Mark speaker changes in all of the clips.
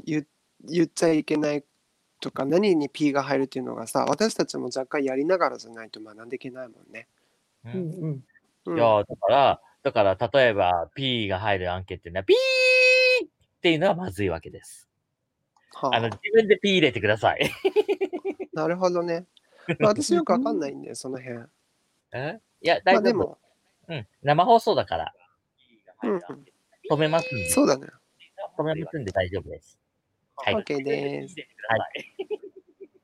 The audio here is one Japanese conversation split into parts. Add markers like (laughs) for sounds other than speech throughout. Speaker 1: 言言っちゃいけないとか何に P が入るっていうのがさ私たちも若干やりながらじゃないと学んでいけないもんね。
Speaker 2: うん
Speaker 3: うんうん。
Speaker 1: うん
Speaker 2: いやー、だから、だから、例えば、P が入る案件っていうのは、ピーっていうのはまずいわけです。
Speaker 1: はあ
Speaker 2: あの、自分で P 入れてください。 (laughs)
Speaker 1: なるほどね。まあ私よくわかんないんでその辺。ま
Speaker 2: えいや、
Speaker 1: あ
Speaker 2: 大丈
Speaker 1: で
Speaker 2: 夫。
Speaker 1: も
Speaker 2: うん。生放送だから。
Speaker 1: うんうん
Speaker 2: 止めますんで。
Speaker 1: そうだね。
Speaker 2: 止めますんで大丈夫です。はい。
Speaker 1: OK でーす。
Speaker 2: はい。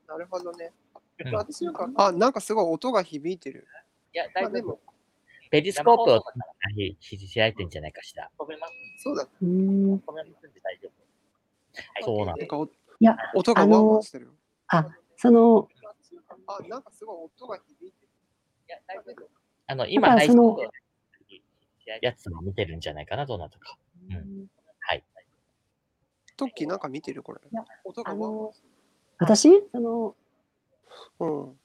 Speaker 1: なるほどね
Speaker 2: う。ん
Speaker 1: まあ私よくわかんあなんかすごい音が響いてる。
Speaker 2: いや、
Speaker 1: ま
Speaker 2: 大
Speaker 1: あで
Speaker 2: 丈夫。
Speaker 1: も
Speaker 2: ペリスコープをひひ開いてんじゃないかしら。止めます。
Speaker 1: そうだね。
Speaker 3: うん
Speaker 2: 止めますんで大丈夫。そうなん
Speaker 1: なんかお
Speaker 3: いや
Speaker 1: 音がワンワンしてるよ。
Speaker 3: その、
Speaker 1: あなんかすごい音が響いてる。
Speaker 2: あの、今、
Speaker 3: だから
Speaker 2: 配
Speaker 3: そ
Speaker 2: 信
Speaker 3: の
Speaker 2: のやつも見てるんじゃないかな、どなたか。うんはい。
Speaker 1: トッキーなんか見てるこれ
Speaker 3: や。
Speaker 1: 音がワンワンして
Speaker 3: 私その、
Speaker 1: る。うん。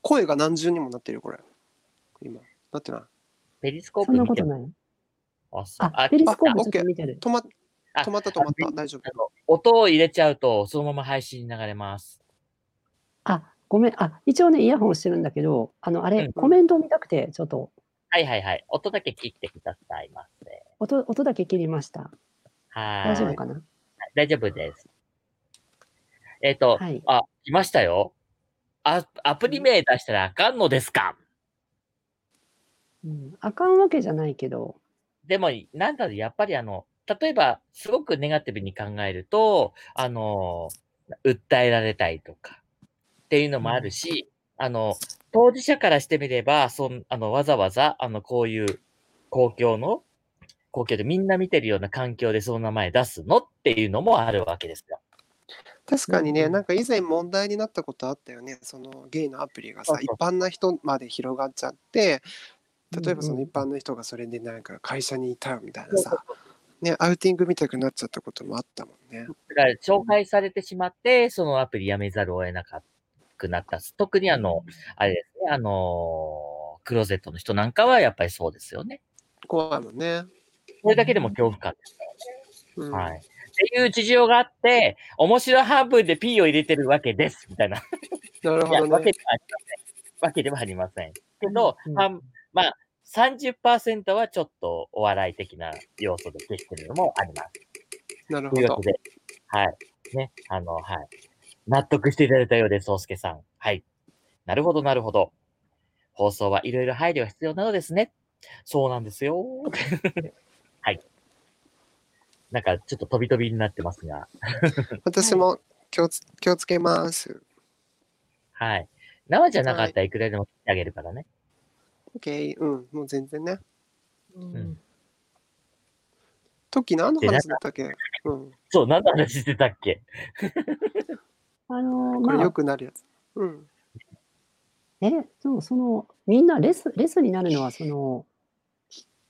Speaker 1: 声が何重にもなってるよこれ。今。なってない。
Speaker 2: ペリスコー
Speaker 3: そ
Speaker 2: プ
Speaker 3: んな
Speaker 2: 見
Speaker 3: こ
Speaker 2: て
Speaker 3: と
Speaker 2: る。
Speaker 3: ない。
Speaker 2: あ、そう。
Speaker 3: あ、ペリスコー
Speaker 1: あ
Speaker 3: プちょっと見てる。
Speaker 1: 止ま
Speaker 2: あ
Speaker 1: 止まった止まった。大丈
Speaker 2: あの音を入れちゃうと、そのまま配信に流れます。
Speaker 3: あ、ごめん。あ、一応ね、イヤホンしてるんだけど、あの、あ
Speaker 2: う
Speaker 3: れ
Speaker 2: ん、
Speaker 3: コメントを見たくて、ちょっと、
Speaker 2: はいはいはい。音だけ切ってくださいませ。
Speaker 3: 音、音だけ切りました。
Speaker 2: は
Speaker 3: 大丈
Speaker 2: ー
Speaker 3: 夫
Speaker 2: い。
Speaker 3: かな
Speaker 2: 大丈夫です。えっ、と、
Speaker 3: はい。
Speaker 2: あ、来ましたよ。あ、アプリ名出したらあかんのですか
Speaker 3: うんあかんわけじゃないけど、
Speaker 2: でも、なんだろう、やっぱりあの、例えば、すごくネガティブに考えると、あの、訴えられたいとか、っていうのもあるし、あの、当事者からしてみれば、そんあのわざわざ、あの、こういう公共の、公共でみんな見てるような環境でその名前出すのっていうのもあるわけですよ。
Speaker 1: 確かに
Speaker 3: うん
Speaker 1: ね、
Speaker 3: うん
Speaker 1: なんか以前問題になったことあったよね、そのゲイのアプリが
Speaker 2: そ
Speaker 1: さ、
Speaker 2: う
Speaker 1: 一
Speaker 2: そう
Speaker 1: 般な人まで広がっちゃって、例えばそ
Speaker 3: うん
Speaker 1: の
Speaker 3: うん
Speaker 1: 一般の人がそれでなんか会社にいたみたいなさ、ね、アウティングみたくなっちゃったこともあったもんね。
Speaker 2: だから、紹介されてしまって、そのアプリやめざるを得なくなった。特にあの、あれですね、あの、クローゼットの人なんかはやっぱりそうですよね。
Speaker 1: 怖いもんね。
Speaker 2: それだけでも恐怖感です。
Speaker 1: うん
Speaker 2: はい。っていう事情があって、面白半分で P を入れてるわけです、みたいな。
Speaker 1: なる
Speaker 2: いや
Speaker 1: ほど
Speaker 2: わけ
Speaker 1: ね。
Speaker 2: ではありません。わけではありません。けど、
Speaker 3: うん
Speaker 2: 半まあ、30%はちょっとお笑い的な要素で消してるのもあります。
Speaker 1: なる
Speaker 2: と
Speaker 1: ほ
Speaker 2: いうわ
Speaker 1: ど
Speaker 2: け。で、はい。ね、あの、はい。納得していただいたようです、宗介さん。はい。なるほど、なるほど。放送はいろいろ配慮が必要なのですね。そうなんですよ。 (laughs) はい。なんか、ちょっと飛び飛びになってますが、
Speaker 1: 私も気をつ気をつけます。
Speaker 2: はい。生じゃなかったらいくらでも切ってあげるからね。
Speaker 1: OK、うん、もう全然ね。
Speaker 2: ん
Speaker 1: トッキー何の話だったっけうん、
Speaker 2: そう、何の話してたっけ
Speaker 3: あのー、
Speaker 1: これ
Speaker 3: ま
Speaker 1: 良
Speaker 3: あ、
Speaker 1: くなるやつ。うん、
Speaker 3: え、でもその、みんなレス、レスになるのは、その、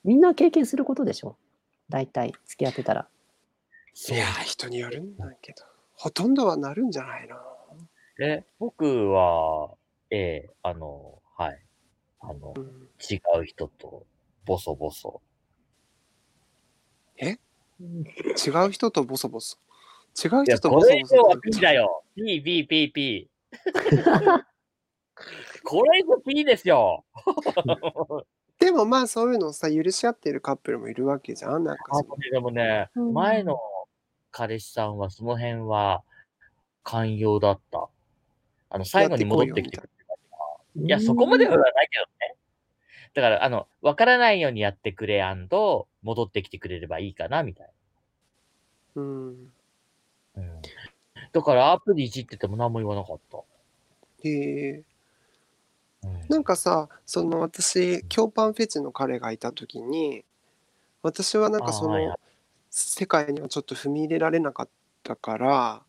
Speaker 3: みんな経験することでしょ。大体、付き合ってたら。
Speaker 1: いやー、人によるんだけど、ほとんどはなるんじゃないの
Speaker 2: え、僕は、ええあの、はい。あの
Speaker 1: う、ん
Speaker 2: 違う人と、ボソボソ。
Speaker 1: 違う人とボソボソ。違う
Speaker 2: いや、
Speaker 1: 人とボ
Speaker 2: こ
Speaker 1: ソ
Speaker 2: れ以
Speaker 1: ボソ
Speaker 2: 上。は P だよ。P、P、P、P。これ以上 P ですよ。
Speaker 1: でもまあそういうのをさ、許し合ってるカップルもいるわけじゃん。なんか
Speaker 2: あ
Speaker 1: その
Speaker 2: でもね、
Speaker 3: うん
Speaker 2: 前の彼氏さんはその辺は寛容だった。あの、最後に戻ってきてくれた。いや、そこまではないけどね。だから、あの、わからないようにやってくれ戻ってきてくれればいいかな、みたい
Speaker 1: うん。
Speaker 2: な。うん。だから、アプリいじってても何も言わなかった。
Speaker 1: へえ。
Speaker 2: うん
Speaker 1: なんかさ、その私、共パンフェチの彼がいた時に、私はなんかそ
Speaker 2: あーはいは
Speaker 1: の
Speaker 2: い
Speaker 1: 世界にはちょっと踏み入れられなかったから、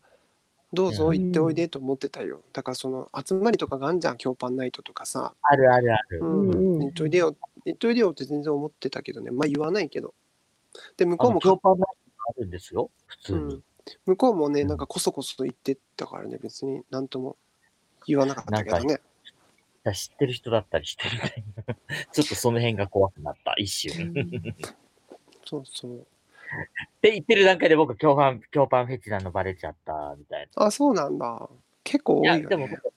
Speaker 1: どうぞ
Speaker 2: うん
Speaker 1: 行っておいでと思ってたよ。だからその集まりとかがあんじゃん、共パンナイトとかさ。
Speaker 2: あるあるある。
Speaker 1: うん
Speaker 3: うんうん
Speaker 1: 行っといでよ、行っといでよって全然思ってたけどね。まあ言わないけど。で、向こ
Speaker 2: あ
Speaker 1: う
Speaker 2: の
Speaker 1: も
Speaker 2: 共感もあるんですよ、普通
Speaker 1: う
Speaker 2: に。
Speaker 1: ん、向こうもね
Speaker 2: うん
Speaker 1: なんかこそこそと言ってったからね別に何とも言わなかったけどね
Speaker 2: だ知ってる人だったりしてみた (laughs) いな。ちょっとその辺が怖くなった、一瞬。
Speaker 1: そうそう
Speaker 2: て言ってる段階で僕、共犯、共犯フェチなのバレちゃった、みたい
Speaker 1: あ、そうなんだ。結構多い
Speaker 2: な。
Speaker 1: よ、
Speaker 2: い
Speaker 1: ね
Speaker 2: や、。でも僕、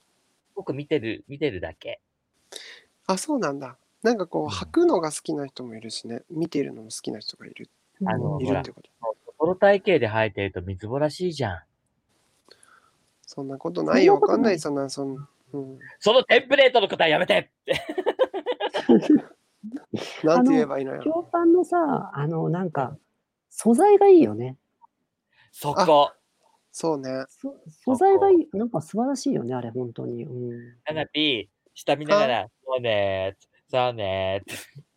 Speaker 2: 僕見てる、見てるだけ。
Speaker 1: あ、そうなんだ。なんかこ
Speaker 2: うん
Speaker 1: う、履くのが好きな人もいるしね、見てるのも好きな人がいる
Speaker 2: あの
Speaker 1: い
Speaker 2: ほ
Speaker 1: る
Speaker 2: ら
Speaker 1: ってこと。
Speaker 2: この体型で生えてるとみずぼらしいじゃん。
Speaker 1: そんなことないよ、
Speaker 3: そ
Speaker 1: わ
Speaker 3: んなこと
Speaker 1: かん
Speaker 3: な
Speaker 1: ないい、そんな、そんな。うん、
Speaker 2: そのテンプレートの答えやめて
Speaker 1: なんて言えばいいの
Speaker 3: 共
Speaker 1: よ。
Speaker 3: 感のさ、あの、なんか、素材がいいよね。
Speaker 2: そこ。
Speaker 1: そうね。
Speaker 3: そ素材がいい、なんか素晴らしいよね、あれ、本当に。うん、
Speaker 2: カナピー、下見ながら、そうねー、そうね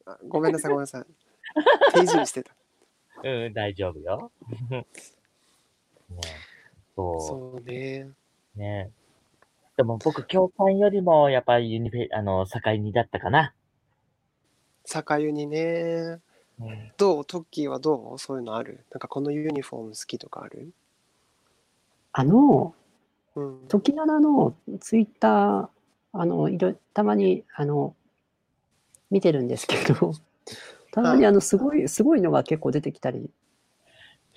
Speaker 1: あごめんなさい、ごめんなさい。手いじりしてた。
Speaker 2: ー、うん、大丈夫よ。 (laughs) ねそ
Speaker 1: そうね。
Speaker 2: う。ねでも僕、教官よりも、やっぱりユニフェ、あの、境にだったかな。
Speaker 1: 酒湯にね。どうトッキーはどうそういうのあるなんかこのユニフォーム好きとかある
Speaker 3: あの、
Speaker 1: うん。
Speaker 3: 時ならのツイッター、あの、いろ、たまに、あの、見てるんですけ
Speaker 2: (laughs)
Speaker 3: ど、たまに、あの、すごい、すごいのが結構出てきたり、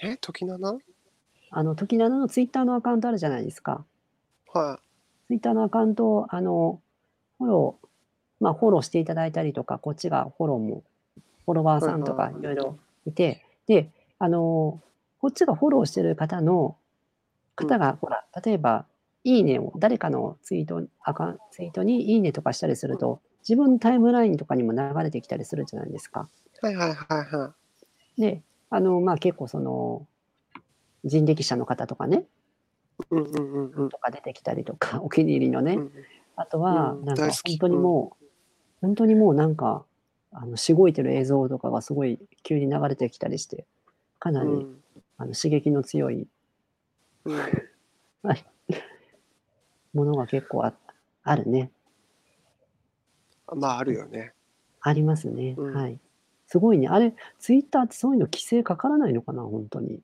Speaker 1: え時なな
Speaker 3: あの、時ならのツイッターのアカウントあるじゃないですか。
Speaker 1: は
Speaker 3: ツイッターのアカウントを、あの、フォロー、まあ、フォローしていただいたりとか、こっちがフォローも、フォロワーさんと
Speaker 1: は
Speaker 3: か
Speaker 1: いはい
Speaker 3: いろいろいて、で、あの、こっちがフォローしてる方の、方が、ほら、例えば、いいねを、誰かのツイート、アカウンツイートにいいねとかしたりすると、自分のタイムラインとかにも流れてきたりするじゃないですか。
Speaker 1: い。はいはいはいは
Speaker 3: で、あの、まあ、結構その、人力車の方とかね、
Speaker 1: い。うんうんうんうん
Speaker 3: とか出てきたりとか、お気に入りのね、
Speaker 1: うん。
Speaker 3: あとは、
Speaker 1: うん
Speaker 3: なんか
Speaker 1: 大好き
Speaker 3: 本当にもう、本当にもうなんか、あの、しごいてる映像とかがすごい急に流れてきたりして、かな
Speaker 1: う
Speaker 3: り、
Speaker 1: ん
Speaker 3: あの刺激の強い
Speaker 1: うん
Speaker 3: ものが結構ああるね。
Speaker 1: まああるよね。
Speaker 3: ありますね。
Speaker 1: うん
Speaker 3: はい。すごいね。あれ、ツイッターってそういうの規制かからないのかな、本当に。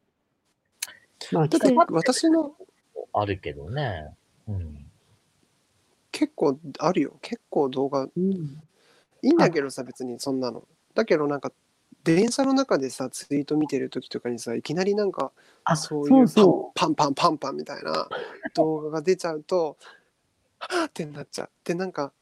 Speaker 3: まあ、
Speaker 1: だ
Speaker 3: 規
Speaker 1: って
Speaker 3: 制、
Speaker 1: 私の
Speaker 2: あるけどね。うん。
Speaker 1: 結構あるよ。結構動画
Speaker 3: うん、
Speaker 1: いいんだけどさ別にそんなの。だけどなんか電車の中でさツイート見てる時とかにさいきなりなんか
Speaker 3: あ、そ
Speaker 1: そうういう
Speaker 3: そ
Speaker 1: パンパンパンパンパンみたいな動画が出ちゃうとはぁってなっちゃってなんか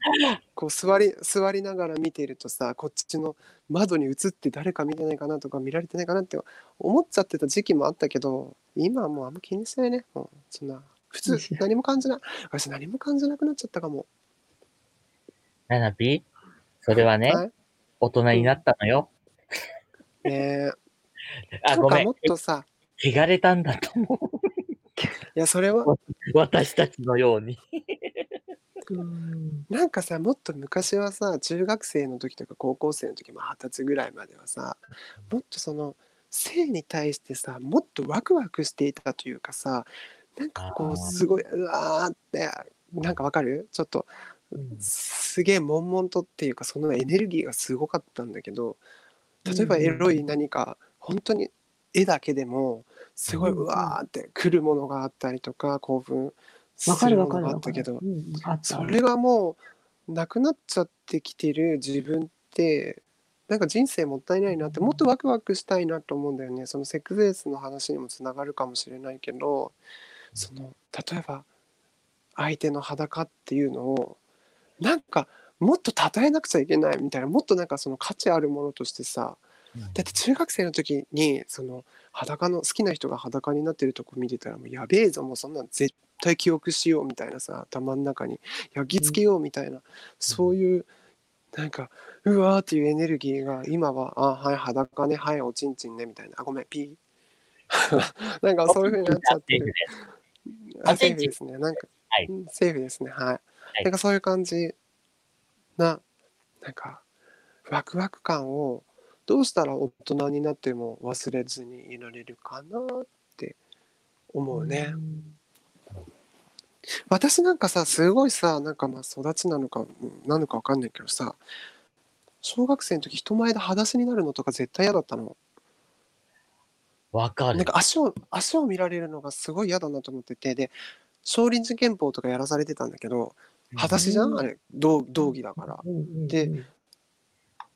Speaker 1: こう座り座りながら見てるとさこっちの窓に映って誰か見てないかなとか見られてないかなって思っちゃってた時期もあったけど今はもうあんま気にしないねもうそんな普通何も感じない私何も感じなくなっちゃったかも、
Speaker 2: ナナピー、それはね、
Speaker 1: はい
Speaker 2: 大人になったのよ。
Speaker 1: ねえ
Speaker 2: あ、
Speaker 1: と
Speaker 2: ご
Speaker 1: か
Speaker 2: めん
Speaker 1: もっ。とさ
Speaker 2: 汚れたんだと思う。
Speaker 1: いやそれは
Speaker 2: 私たちのように。
Speaker 3: う。うん
Speaker 1: なんかさもっと昔はさ中学生の時とか高校生の時も二十歳ぐらいまではさもっとその性に対してさもっとワクワクしていたというかさなんかこ
Speaker 2: あー
Speaker 1: うすごいうわーってなんかわかるちょっとすげえ悶々とっていうかそのエネルギーがすごかったんだけど例えば
Speaker 3: うん
Speaker 1: エロい何か本当に絵だけでもすごい
Speaker 3: うんうん
Speaker 1: うわーってくるものがあったりとか興奮す
Speaker 3: わか
Speaker 1: る
Speaker 3: るわ
Speaker 1: も
Speaker 3: か
Speaker 1: の
Speaker 3: る
Speaker 1: があ
Speaker 3: わ
Speaker 1: っ
Speaker 3: か
Speaker 1: た
Speaker 3: る
Speaker 1: けど。
Speaker 3: うんうんあった
Speaker 1: それがもうなくなっちゃってきてる自分ってなんか人生もったいないなってもっとワクワクしたいなと思うんだよねそのセックスレスの話にもつながるかもしれないけどその例えば相手の裸っていうのをなんかもっと称えなくちゃいけないみたいなもっとなんかその価値あるものとしてさだって中学生の時にその裸の好きな人が裸になってるとこ見てたらもうやべえぞもうそんなん絶対記憶しようみたいなさ頭の中に焼き付けようみたいな、そういうなんかうわーっていうエネルギーが今はあはい裸ねはいおちんちんねみたいなあごめんピー (laughs) なんかそういうふうになっちゃってる
Speaker 2: あ
Speaker 1: あ
Speaker 2: セ
Speaker 1: セー
Speaker 2: ーフ
Speaker 1: フ
Speaker 2: で
Speaker 1: ですね。なんか、
Speaker 2: はい
Speaker 1: うんセーフですね。はい。
Speaker 2: い
Speaker 1: なんかそういう感じな、なんか、ワクワク感をどうしたら大人になっても忘れずにいられるかなって思うね。
Speaker 3: ん
Speaker 1: 私なんかさ、すごいさ、なんかまあ育ちなのか、うんなのかわかんないけどさ、小学生の時人前で裸足になるのとか絶対嫌だったの。
Speaker 2: わか
Speaker 1: なん
Speaker 2: る。
Speaker 1: か足を、足を見られるのがすごい嫌だなと思ってて、で、少林寺拳法とかやらされてたんだけど、裸足じゃんあれ道道着だから。
Speaker 3: うんうんうん
Speaker 1: で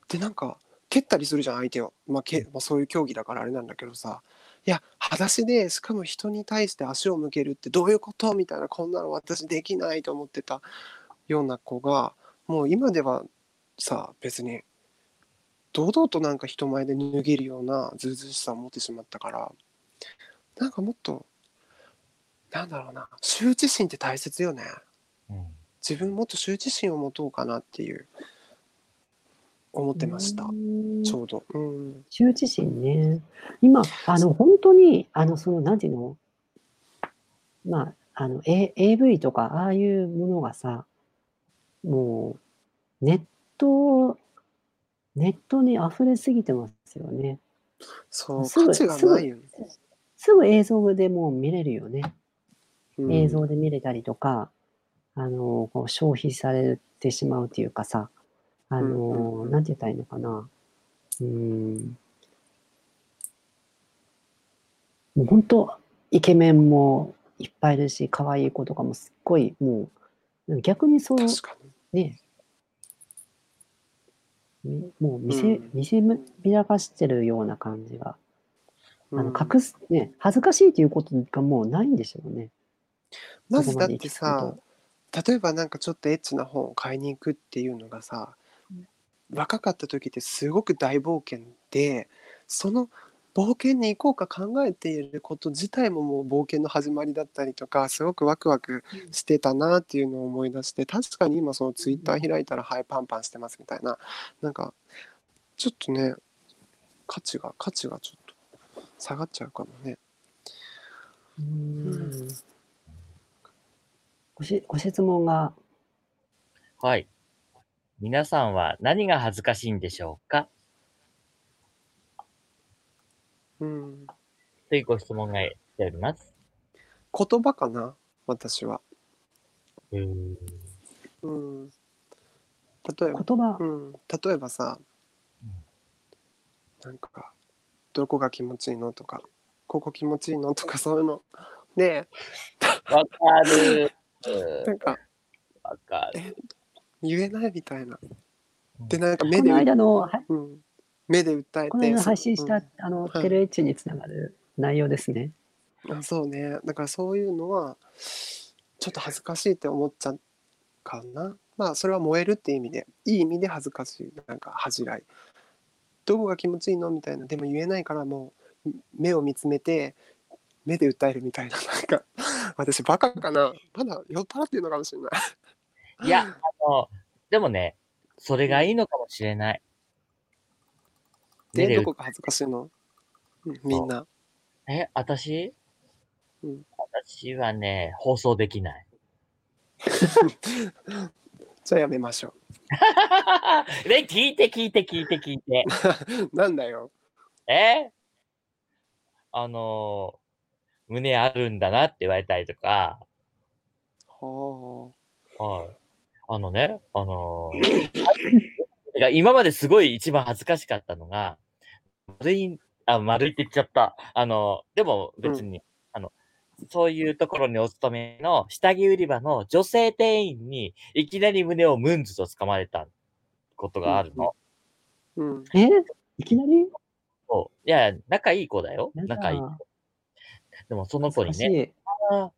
Speaker 1: でなんか蹴ったりするじゃん相手を、まあけまあ、そういう競技だからあれなんだけどさいや裸足でしかも人に対して足を向けるってどういうことみたいなこんなの私できないと思ってたような子がもう今ではさ別に堂々となんか人前で脱げるようなずうずうしさを持ってしまったからなんかもっとなんだろうな羞恥心って大切よね
Speaker 2: うん
Speaker 1: 自分もっと羞恥心を持とうかなっていう思ってました
Speaker 3: うーん
Speaker 1: ちょうど、うん、
Speaker 3: 羞恥心ね。今、あの、本当に、あの、その、なんていうのまあ、あの、A、AV とか、ああいうものがさ、もう、ネット、ネットに溢れすぎてますよね。
Speaker 1: そう
Speaker 3: すぐ
Speaker 1: 価値がないよね、
Speaker 3: すぐ映像でもう見れるよね。
Speaker 1: うん
Speaker 3: 映像で見れたりとか、あの、こう消費されてしまうというかさ、あ
Speaker 1: うんうん
Speaker 3: の
Speaker 1: う、ん
Speaker 3: なんて言ったらいいのかな。うーん。もう本当、イケメンもいっぱいいるし、可愛い子とかもすっごい、もう、逆にそう、
Speaker 1: 確かに
Speaker 3: ね、みもう見せ、
Speaker 1: うん
Speaker 3: 見せびらかしてるような感じが。あ
Speaker 1: う
Speaker 3: の
Speaker 1: ん
Speaker 3: 隠す、ね、恥ずかしいということがもうないんでしょうね。
Speaker 1: まず
Speaker 3: そこ
Speaker 1: だ
Speaker 3: ま
Speaker 1: っ
Speaker 3: で
Speaker 1: て
Speaker 3: 行き着く
Speaker 1: さ
Speaker 3: と
Speaker 1: 例えばなんかちょっとエッチな本を買いに行くっていうのがさ
Speaker 3: うん
Speaker 1: 若かった時ってすごく大冒険でその冒険に行こうか考えていること自体ももう冒険の始まりだったりとかすごくワクワクしてたなっていうのを思い出して確かに今そのツイッター開いたら「はいパンパンしてます」みたいななんかちょっとね価値が価値がちょっと下がっちゃうかもね。
Speaker 3: うーんごしご質問が、
Speaker 2: はい。皆さんは何が恥ずかしいんでしょうか
Speaker 1: うん
Speaker 2: というご質問が来ております。
Speaker 1: 言葉かな私は。うん、例えば、
Speaker 3: 言葉
Speaker 1: う、ん、例えばさ
Speaker 2: うん
Speaker 1: なんか「どこが気持ちいいの?」とか「ここ気持ちいいの?」とかそういうので
Speaker 2: わかる。
Speaker 1: なんか
Speaker 2: わかる。
Speaker 1: 言えないみたいな。
Speaker 2: うん
Speaker 1: でなんか目
Speaker 3: こ
Speaker 1: で
Speaker 3: の、間の、はい
Speaker 1: うん、目で訴えて
Speaker 3: この間配信した、
Speaker 1: うん
Speaker 3: あの、
Speaker 1: はい
Speaker 3: テレエッチにつながる内容ですね。
Speaker 1: あそうねだからそういうのはちょっと恥ずかしいって思っちゃうかなまあそれは燃えるって意味でいい意味で恥ずかしいなんか恥じらいどこが気持ちいいのみたいなでも言えないからもう目を見つめて目で訴えるみたいななんか (laughs) 私バカかなまだ酔っ払ってるのかもしれない
Speaker 2: いや、あの、でもね、それがいいのかもしれな
Speaker 1: ね
Speaker 2: い。目で
Speaker 1: どこが恥ずかしいのうんみんな
Speaker 2: え、私、
Speaker 1: うん
Speaker 2: 私はね、放送できない。 (laughs)
Speaker 1: じゃあやめましょ
Speaker 2: ね、聞いて聞いて聞いて聞いて。
Speaker 1: うなんだよ
Speaker 2: え (laughs) あのー胸あるんだなって言われたりとか、
Speaker 1: は
Speaker 2: はい。あのね、あのー (laughs) てか今まですごい一番恥ずかしかったのが、丸い、あ、丸いって言っちゃった。あのーでも別に、あの、そういうところにお勤めの下着売り場の女性店員にいきなり胸をムンズと掴まれたことがあるの。
Speaker 1: あうん
Speaker 3: えいきなり
Speaker 2: そういや、仲いい子だよ。
Speaker 3: なんか
Speaker 2: 仲いい子。でもその子
Speaker 3: 懐か
Speaker 2: に
Speaker 3: し
Speaker 2: ね、
Speaker 3: い。
Speaker 2: あー